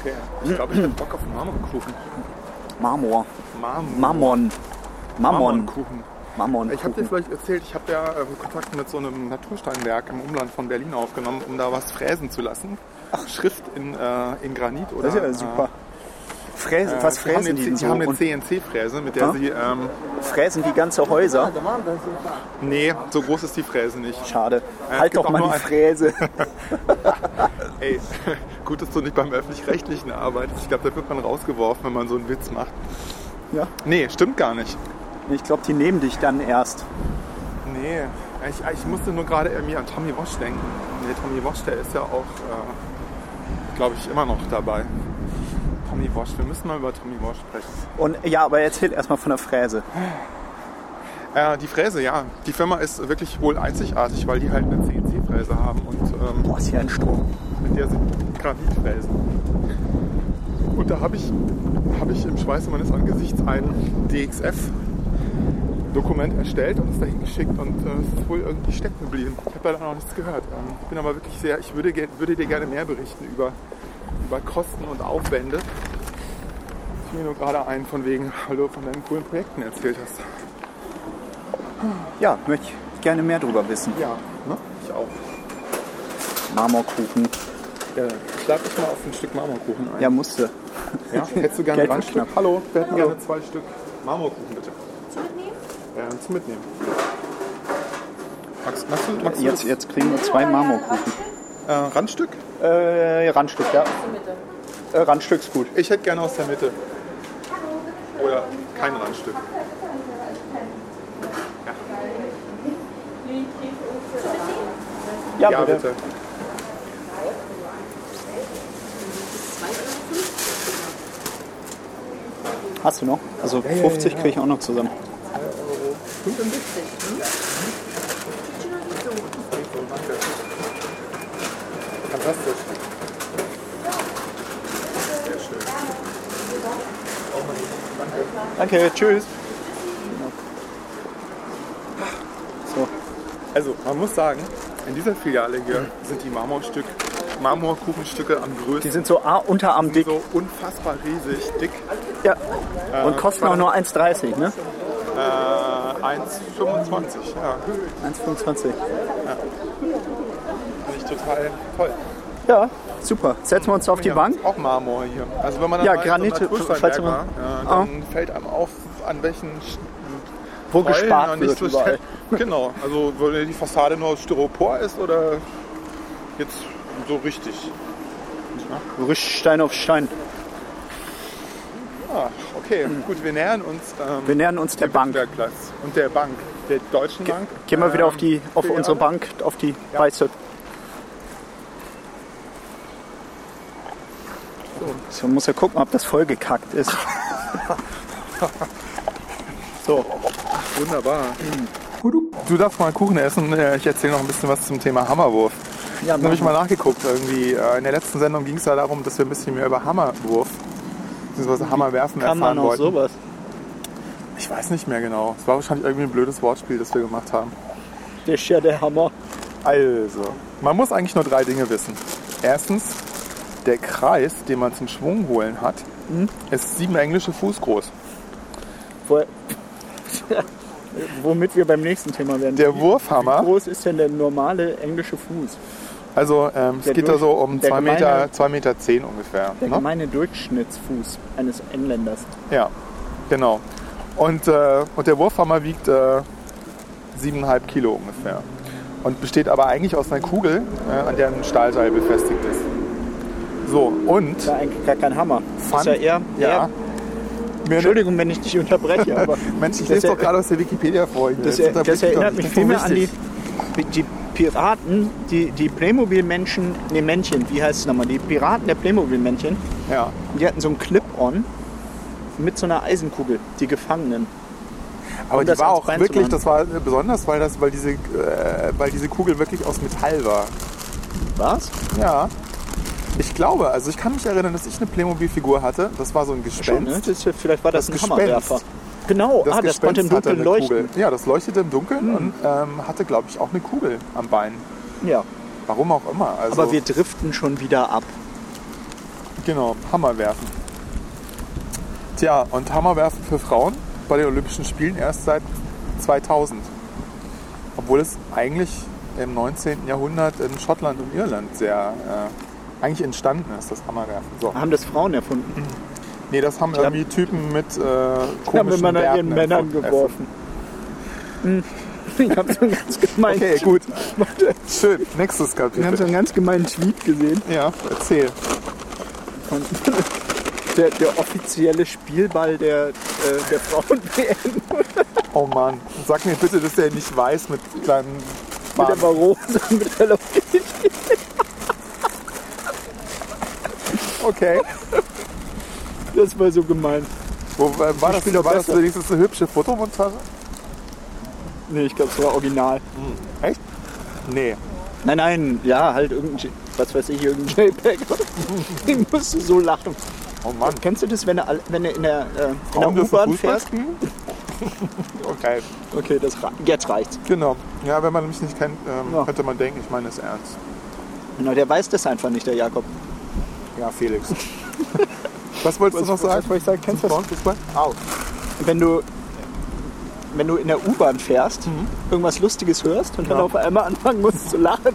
Okay. Ich glaube, ich habe Bock auf Marmorkuchen.
Marmor.
Marmor.
Mammon. Mammon.
Marmorkuchen.
Mammon.
Ich habe dir vielleicht erzählt, ich habe ja ähm, Kontakt mit so einem Natursteinwerk im Umland von Berlin aufgenommen, um da was fräsen zu lassen. Ach. Schrift in, äh, in Granit oder
Das ist ja super. Fräsen, was
Äh,
fräsen
die
die denn
haben
so?
eine,
Und
die haben eine CNC-Fräse, mit der
Ja?
sie... Ähm,
fräsen die ganze Häuser?
nee, so groß ist die Fräse nicht.
Schade.
es
Halt
gibt
doch
auch
mal
nur
die
ein-
Fräse.
Ey, gut, dass du nicht beim Öffentlich-Rechtlichen arbeitest. Ich glaube, da wird man rausgeworfen, wenn man so einen Witz macht.
Ja.
Nee, stimmt gar nicht.
Ich glaube, die nehmen dich dann erst.
Nee, ich, ich musste nur gerade irgendwie an Tommy Walsh denken. Nee, Tommy Walsh, der ist ja auch, äh, glaube ich, immer noch dabei. Tommy Walsh, wir müssen mal über Tommy Walsh sprechen.
Und ja, aber erzähl erstmal von der Fräse.
Äh, die Fräse, ja. Die Firma ist wirklich wohl einzigartig, weil die halt eine CNC-Fräse haben und ähm,
Boah, ist hier ein Strom.
mit der sie Granit fräsen. Und da habe ich, habe ich im Schweiße meines Angesichts ein DXF-Dokument erstellt und es dahin geschickt und äh, es ist wohl irgendwie stecken geblieben. Ich habe leider noch nichts gehört. Ähm, ich bin aber wirklich sehr, ich würde, ge- würde dir gerne mehr berichten über, über Kosten und Aufwände. Ich fiel mir nur gerade ein, von wegen, weil du von deinen coolen Projekten erzählt hast.
Ja, möchte ich gerne mehr drüber wissen.
Ja, ne? ich auch.
Marmorkuchen.
Ja, schlag dich mal auf ein Stück Marmorkuchen ein.
Ja, musste.
Ja, hättest du gerne
Geld
ein
wird
Stück?
knapp.
Hallo, wir hätten
Hallo.
gerne zwei Stück Marmorkuchen, bitte. Äh, zum Mitnehmen? Max, magst du, magst du
Jetzt,
das?
jetzt kriegen wir zwei Marmorkuchen.
Äh, Randstück?
Äh, Randstück, ja. Äh, Randstück ist gut.
Ich hätte gerne aus der Mitte. Oder kein Randstück.
Ja,
Ja,
bitte.
bitte.
Hast du noch? Also 50 kriege ich auch noch zusammen.
Fantastisch. Sehr schön.
Danke, tschüss. So,
Also, man muss sagen, in dieser Filiale hier sind die Marmorstück Marmorkuchenstücke am größten.
Die sind so A- Unterarm dick.
so unfassbar riesig dick.
Ja. Und kosten auch nur 1,30, ne?
Äh, 1,25, ja.
1,25.
Finde ich total toll.
Ja, super. Setzen wir uns auf die
Ja,
Bank.
ist Auch Marmor hier. Also wenn man
Ja,
dann mal in so einem
Granit,
Naturstein
falls Ah.
war,
man-
ja, dann fällt einem auf, an welchen
Wo
Säulen
gespart
und
wird
so
überall.
schnell- Genau, also wenn die Fassade nur aus Styropor ist oder jetzt so richtig.
Risch Stein auf Stein.
Ah, okay, gut, wir nähern uns ähm,
Wir nähern uns Hm. der Bank.
Bergplatz und der Bank, der Deutschen Bank.
Gehen wir wieder auf,
Ähm,
die, auf
für
unsere
Jahre.
Bank, auf die
Ja.
weiße. So, muss ja gucken, ob das vollgekackt ist. so,
Wunderbar. Du darfst mal Kuchen essen. Äh, Ich erzähle noch ein bisschen was zum Thema Hammerwurf.
Ja,
Dann habe ich
mach
mal nachgeguckt. Irgendwie. äh, In der letzten Sendung ging es ja darum, dass wir ein bisschen mehr über Hammerwurf bzw. Hammerwerfen
kann man
erfahren
auch
wollten.
sowas.
Ich weiß nicht mehr genau. Es war wahrscheinlich irgendwie ein blödes Wortspiel, das wir gemacht haben.
Der ist ja der Hammer.
Also, man muss eigentlich nur drei Dinge wissen. Erstens, der Kreis, den man zum Schwung holen hat,
Hm?
ist sieben englische Fuß groß.
Wo, womit wir beim nächsten Thema werden.
Der
Wie- Wie
Wurfhammer,
groß ist denn der normale englische Fuß?
also ähm, es
Der
geht da so um
durch- der
2 Meter,
gemeine-
zwei Meter zehn ungefähr.
Der
ne?
gemeine Durchschnittsfuß eines Engländers.
Ja, genau. Und, äh, und der Wurfhammer wiegt äh, 7,5 Kilo ungefähr. Und besteht aber eigentlich aus einer Kugel, äh, an der ein Stahlseil befestigt ist. So, und
Ist ja eigentlich gar kein Hammer.
Fun-
Ist ja eher,
ja.
eher
Mir-
Entschuldigung, wenn ich dich unterbreche, aber
Mensch, ich
das
lese
er-
doch gerade aus der Wikipedia vor.
das,
Jetzt
er,
unterbricht mich doch
das erinnert
nicht.
mich
Das ist doch
vielmehr an die,
wichtig.
die Piraten, die, die Playmobil-Menschen, ne Männchen, wie heißt es nochmal? Die Piraten der Playmobil-Männchen,
Ja.
die hatten so ein Clip-On mit so einer Eisenkugel, die Gefangenen.
Aber
um
die
das
war
ans
auch
Bein zu
wirklich,
machen.
das war besonders, weil, das, weil, diese, äh, weil diese Kugel wirklich aus Metall war.
Was?
Ja. Ich glaube, also ich kann mich erinnern, dass ich eine Playmobil-Figur hatte. Das war so ein Gespenst.
Schon, ne? das, ist ja- vielleicht war das,
Das
ein Hammerwerfer.
Gespenst.
Genau, ah, das
Gespenst
konnte im
hatte
Dunkeln
eine
leuchten. Mhm.
Kugel. Ja, das leuchtete im Dunkeln und ähm, hatte, glaube ich, auch eine Kugel am Bein.
Ja,
Warum auch immer. Also,
aber wir driften schon wieder ab.
genau, Hammer werfen. Tja, und Hammer werfen für Frauen bei den Olympischen Spielen erst seit 2000. Obwohl es eigentlich im 19. Jahrhundert in Schottland und Irland sehr äh, eigentlich entstanden ist, das Hammerwerfen. So.
Haben das Frauen
Mhm.
erfunden?
Nee, das haben
glaub-
irgendwie Typen mit äh,
Haben wir
komischen
Männer
Bärten
ihren Männern
erfunden.
geworfen. Hm. Ich habe so einen ganz gemeinen
Okay, gut. Schön, nächstes
Ich habe so
Kapitel.
einen ganz gemeinen Tweet gesehen.
Ja, erzähl.
von- Der, der offizielle Spielball der, äh, der Frauen-WM
Oh Mann, sag mir bitte, dass er nicht weiß mit kleinen
mit der
Bahnen.
Barose und mit der Loki.
Okay.
Das war so gemein.
Wo, äh, war das,
bin doch
war das
besser.
wenigstens eine hübsche Fotomontage?
Nee, ich glaube, es war original.
Echt? Nee.
Nein, nein, ja, halt irgendein, J- was weiß ich, irgendein JPEG. Ich musste so lachen.
Oh Mann.
Kennst du das, wenn du, all- wenn du in der, äh, in der
Warum dürfen
U-Bahn
Fußball
fährst?
spielen? okay,
Okay, das rei- jetzt reicht's.
genau. Ja, wenn man mich nicht kennt, ähm,
Ja.
könnte man denken, ich meine es ernst.
Genau, der weiß das einfach nicht, der Jakob.
Ja, Felix. Was wolltest du noch sagen?
wollte ich sagen? Kennst du das?
Frauenfußball? Au.
wenn du, wenn du in der U-Bahn fährst, irgendwas Lustiges hörst und dann
Ja.
auf einmal anfangen musst zu lachen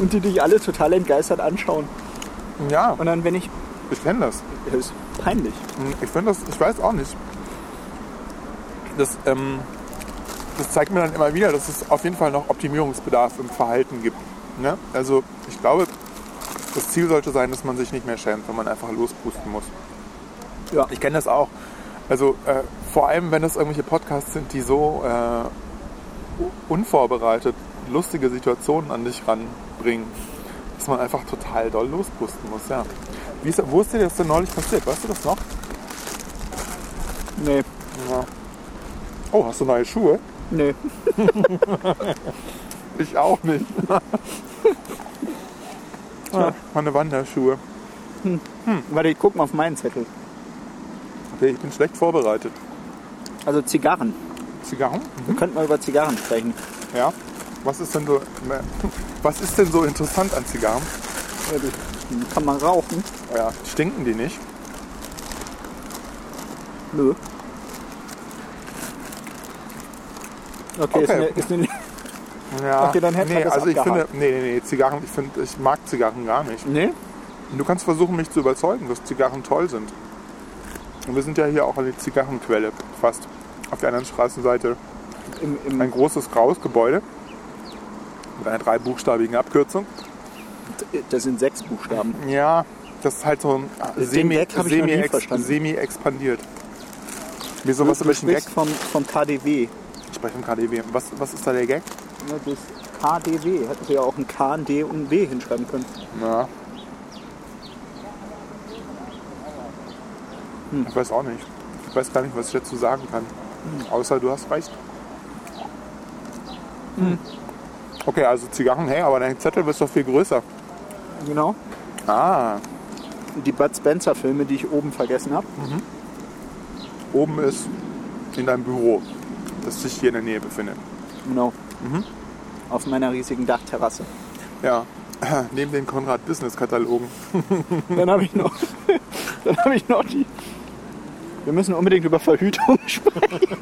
und die dich alle total entgeistert anschauen.
Ja,
Und dann, wenn ich.
ich kenne das.
Das ist peinlich.
Hm, Ich finde das, ich weiß auch nicht. Das, ähm, das zeigt mir dann immer wieder, dass es auf jeden Fall noch Optimierungsbedarf im Verhalten gibt. Ne? Also ich glaube, das Ziel sollte sein, dass man sich nicht mehr schämt, wenn man einfach lospusten muss.
Ja.
Ich kenne das auch. Also äh, vor allem, wenn das irgendwelche Podcasts sind, die so äh, unvorbereitet lustige Situationen an dich ranbringen, dass man einfach total doll lospusten muss. Ja. Wie ist, wo ist dir das denn neulich passiert? Weißt du das noch?
Nee,
Ja. Oh, hast du neue Schuhe?
nee.
Ich auch nicht. ah, meine Wanderschuhe.
Warte, ich guck mal auf meinen Zettel.
Okay, ich bin schlecht vorbereitet.
Also Zigarren.
Zigarren?
Wir könnten mal über Zigarren sprechen.
ne, Ja. Was ist denn so, was ist denn so interessant an Zigarren?
Ja, das kann man rauchen?
Ja. Stinken die nicht?
Nö. Okay, Ist,
Okay.
eine, ist eine,
Ja.
Okay, dann hätten wir
nee,
das
also ich finde,
abgehakt.
nee, nee, nee, Zigarren, ich, find, ich mag Zigarren gar nicht.
Nee?
Du kannst versuchen, mich zu überzeugen, dass Zigarren toll sind. Und wir sind ja hier auch an der Zigarrenquelle fast. Auf der anderen Straßenseite
Im,
ein
im,
großes graues Gebäude mit einer dreibuchstabigen Abkürzung.
das sind sechs Buchstaben.
Ja, das ist halt so ein
Den
semi,
Gag hab ich noch
semi,
nie
ex,
verstanden.
semi expandiert. Wie sowas
du
ein bisschen Gag?
sprichst vom, vom KDW.
Ich spreche vom KDW. Was, was ist da der Gag?
Ne, Das KDW. Hätten sie ja auch ein K, ein D und ein W hinschreiben können.
Ja. Hm. Ich weiß auch nicht. Ich weiß gar nicht, was ich dazu sagen kann. Außer du hast recht. Hm. Okay, also Zigarren, hey, aber dein Zettel ist doch viel größer.
Genau.
Ah,
Die Bud Spencer-Filme, die ich oben vergessen habe.
oben ist in deinem Büro, das sich hier in der Nähe befindet.
Genau.
Mhm.
Auf meiner riesigen Dachterrasse.
Ja, neben den Konrad-Business-Katalogen.
Dann habe ich noch, dann habe ich noch die. Wir müssen unbedingt über Verhütung sprechen.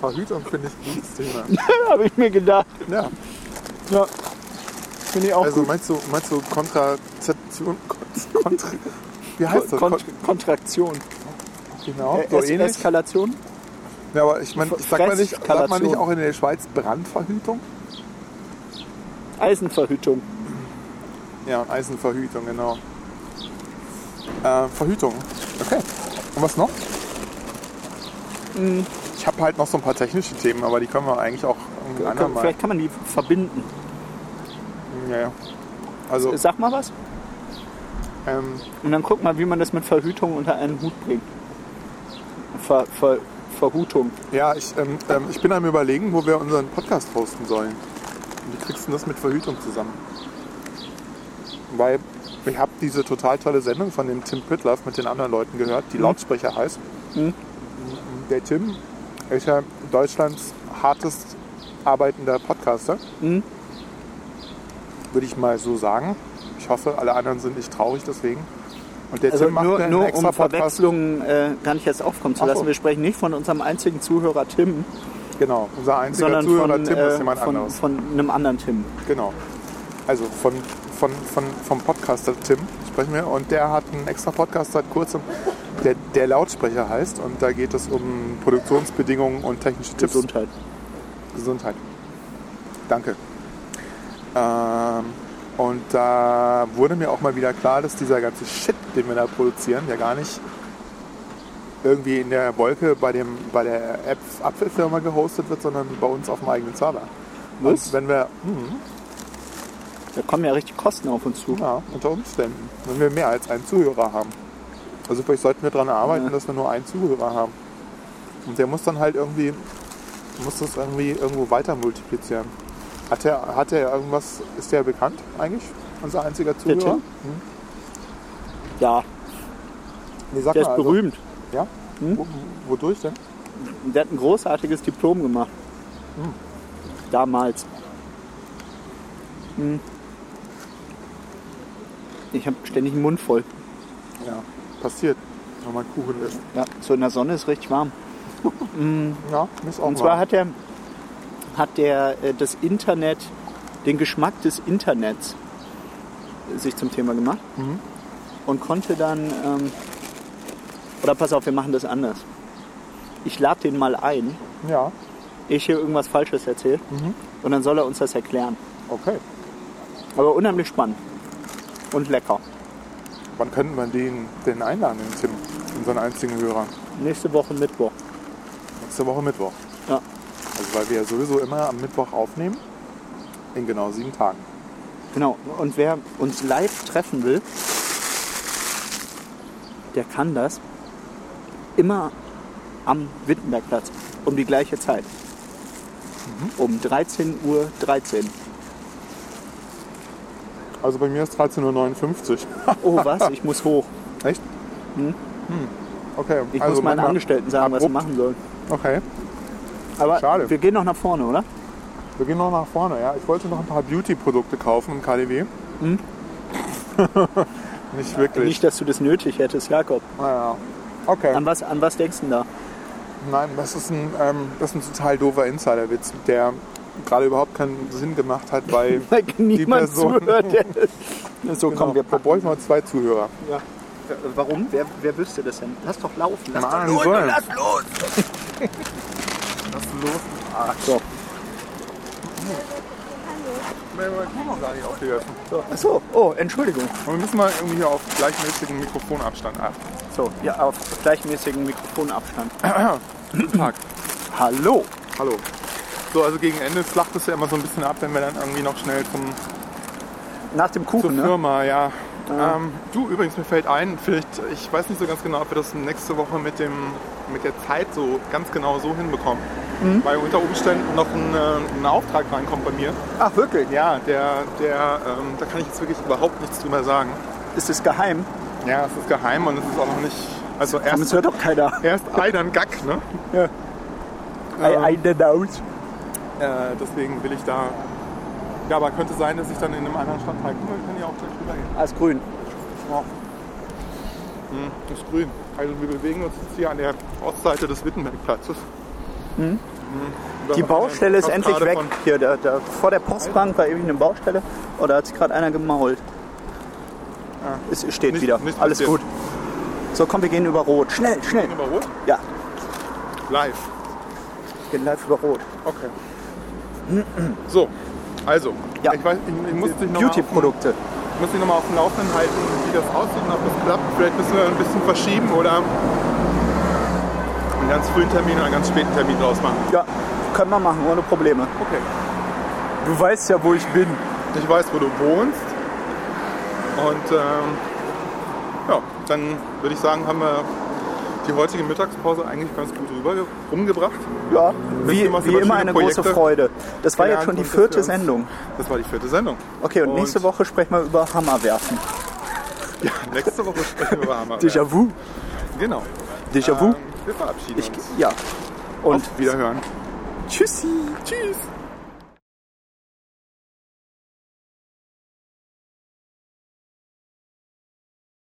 Verhütung finde ich ein gutes Thema.
habe ich mir gedacht.
Ja,
Ja. Finde ich auch
also
gut.
meinst du, meinst du Kontrazeption? Kontra, wie heißt das?
Kont Kontraktion.
Genau,
Äh,
so
Es
ähnlich.
Eskalation.
Ja, aber ich meine, sagt man nicht, sagt man
Fresskalation.
nicht auch in der Schweiz Brandverhütung?
Eisenverhütung.
Ja, und Eisenverhütung, genau. Äh, Verhütung. Okay. Und was noch? Ich habe halt noch so ein paar technische Themen, aber die können wir eigentlich auch ein andermal.
Vielleicht kann man die verbinden.
Ja, ja. Also,
Sag mal was.
ähm,
Und dann guck mal, wie man das mit Verhütung unter einen Hut bringt. Ver, Ver, Verhutung.
ja, ich, ähm, ähm, ich bin am überlegen, wo wir unseren Podcast hosten sollen. Wie kriegst du das mit Verhütung zusammen? Weil ich habe diese total tolle Sendung von dem Tim Pritloff mit den anderen Leuten gehört,
Mhm.
die Lautsprecher heißt. Der Tim ist ja Deutschlands hartest arbeitender Podcaster.
Mhm.
Würde ich mal so sagen. Ich hoffe, alle anderen sind nicht traurig deswegen. Und der
Also
Tim macht
nur,
einen
nur
extra
um
Podcast.
Verwechslungen äh, gar nicht jetzt aufkommen zu
Ach so.
lassen. Wir sprechen nicht von unserem einzigen Zuhörer Tim,
Genau, unser einziger
sondern
Zuhörer
von,
Tim ist
äh,
jemand
von,
anderes.
von einem anderen Tim.
Genau. Also von, von, von, vom Podcaster Tim sprechen wir. Und der hat einen extra Podcast seit kurzem, der, der Lautsprecher heißt. Und da geht es um Produktionsbedingungen und technische Tipps.
Gesundheit.
Gesundheit. Danke. Ähm, und da wurde mir auch mal wieder klar, dass dieser ganze Shit, den wir da produzieren, ja gar nicht irgendwie in der Wolke bei, dem, bei der App Apfelfirma gehostet wird, sondern bei uns auf dem eigenen Server.
Was?
Und wenn wir, hm,
Da kommen ja richtig Kosten auf uns zu.
Ja, unter Umständen. Wenn wir mehr als einen Zuhörer haben. Also vielleicht sollten wir daran arbeiten,
Ja.
dass wir nur einen Zuhörer haben. Und der muss dann halt irgendwie, muss das irgendwie irgendwo weiter multiplizieren. Hat er, hat er irgendwas, ist der bekannt eigentlich? Unser einziger Zuhörer?
Tim? Ja,
Nee, sag
der
mal,
ist
also,
berühmt. Hm?
Ja? Wo, wodurch denn?
Der hat ein großartiges Diplom gemacht.
Hm.
Damals. Hm. Ich habe ständig den Mund voll.
Ja, passiert. Wenn man Kuchen isst.
Ja, so in der Sonne ist richtig warm.
Ja, ist auch
Und zwar
mal.
hat er hat der äh, das Internet, den Geschmack des Internets äh, sich zum Thema gemacht und konnte dann ähm, oder pass auf, wir machen das anders. Ich lade den mal ein,
Ja,
ich hier irgendwas Falsches erzähle und dann soll er uns das erklären.
okay.
Aber unheimlich spannend und lecker.
Wann könnten wir den, den einladen, den Tim? Unseren einzigen Hörer.
Nächste Woche Mittwoch.
Nächste Woche Mittwoch.
Ja.
Also weil wir ja sowieso immer am Mittwoch aufnehmen. In genau sieben Tagen.
Genau, und wer uns live treffen will, der kann das immer am Wittenbergplatz um die gleiche Zeit.
Mhm.
Um 13.13 Uhr.
Also bei mir ist 13.59 Uhr.
Oh was, ich muss hoch.
Echt? Hm. Okay.
Ich muss meinen
manchmal
Angestellten sagen, was sie
abrupt.
machen sollen.
Okay.
Aber
Schade.
wir gehen noch nach vorne, oder?
Wir gehen noch nach vorne, ja. Ich wollte noch ein paar Beauty-Produkte kaufen im KDW. Nicht wirklich.
Hm. Nicht, dass du das nötig hättest, Jakob.
Naja. Okay.
An was, an was denkst du denn da?
Nein, das ist ein, ähm, das ist ein total doofer Insiderwitz, der gerade überhaupt keinen Sinn gemacht hat, weil
Weil niemand
Person-
zuhört. so,
genau,
komm, wir
wir
packen.
bräuchten noch zwei Zuhörer.
Warum? Wer, wer wüsste das denn? Lass doch laufen. Lass
Mann,
doch
so.
laufen. Lass los.
Was ist los?
So.
Wir haben noch gar nicht aufgegessen.
Achso, oh, Entschuldigung.
Und wir müssen mal irgendwie hier auf gleichmäßigen Mikrofonabstand achten.
So, ja, auf gleichmäßigen Mikrofonabstand.
Guten Tag.
Hallo.
Hallo. So, also gegen Ende flacht es ja immer so ein bisschen ab, wenn wir dann irgendwie noch schnell zum,
Nach dem
zur
Kuchen, ne?
Firma, ja. Ähm, du, übrigens, mir fällt ein, vielleicht, ich weiß nicht so ganz genau, ob wir das nächste Woche mit, dem, mit der Zeit so ganz genau so hinbekommen. Weil unter Umständen noch ein, äh, ein Auftrag reinkommt bei mir.
Ach, wirklich?
Ja, der, der, ähm, da kann ich jetzt wirklich überhaupt nichts drüber sagen.
Ist es geheim?
Ja, es ist geheim und es ist auch noch nicht. Also
Aber es
erst,
hört doch keiner.
erst einen Gack, ne?
Ei, ei, der Daut.
Äh, deswegen will ich da. Ja, aber könnte sein, dass ich dann in einem anderen Stadtteil komme. Ich kann ja auch gleich rübergehen.
Alles Ah, grün.
Ja. Hm, ist grün. Also wir bewegen uns jetzt hier an der Ostseite des Wittenbergplatzes. Hm,
Die
da-
Baustelle ist
fast
endlich
gerade
weg.
von-
Hier, da, da, vor der Postbank war eben eine Baustelle. Oh, da hat sich gerade einer gemault. Es steht
Nicht-
wieder.
nicht
Alles
passiert.
gut. So, komm, wir gehen über Rot. Schnell, schnell.
Über Rot?
Ja,
Live.
gehen live über Rot.
Okay. So, also,
Ja.
ich, weiß, ich, ich muss dich nochmal
Beauty-Produkte.
muss ich nochmal auf dem Laufenden halten, wie das aussieht und ob das klappt. Vielleicht müssen wir ein bisschen verschieben oder einen ganz frühen Termin oder einen ganz späten Termin draus machen.
Ja, können wir machen, ohne Probleme.
Okay.
Du weißt ja, wo ich bin.
Ich weiß, wo du wohnst. Und ähm, ja, dann würde ich sagen, haben wir die heutige Mittagspause eigentlich ganz gut rüber rumgebracht.
Ja,
Wisst
wie,
ihr was
wie
über
immer
schöne
eine große
Projekte?
Freude. Das war jetzt
Gelernt
schon die
und dass wir
vierte
uns-
Sendung.
Das war die vierte Sendung.
Okay, und, nächste Woche sprechen wir über Hammerwerfen.
Nächste Woche sprechen wir über Hammer.
Déjà-vu.
Genau.
Déjà-vu.
Ah. Ähm, wir verabschieden
Ich,
uns.
ja. Und
Wiederhören.
tschüssi. Tschüss.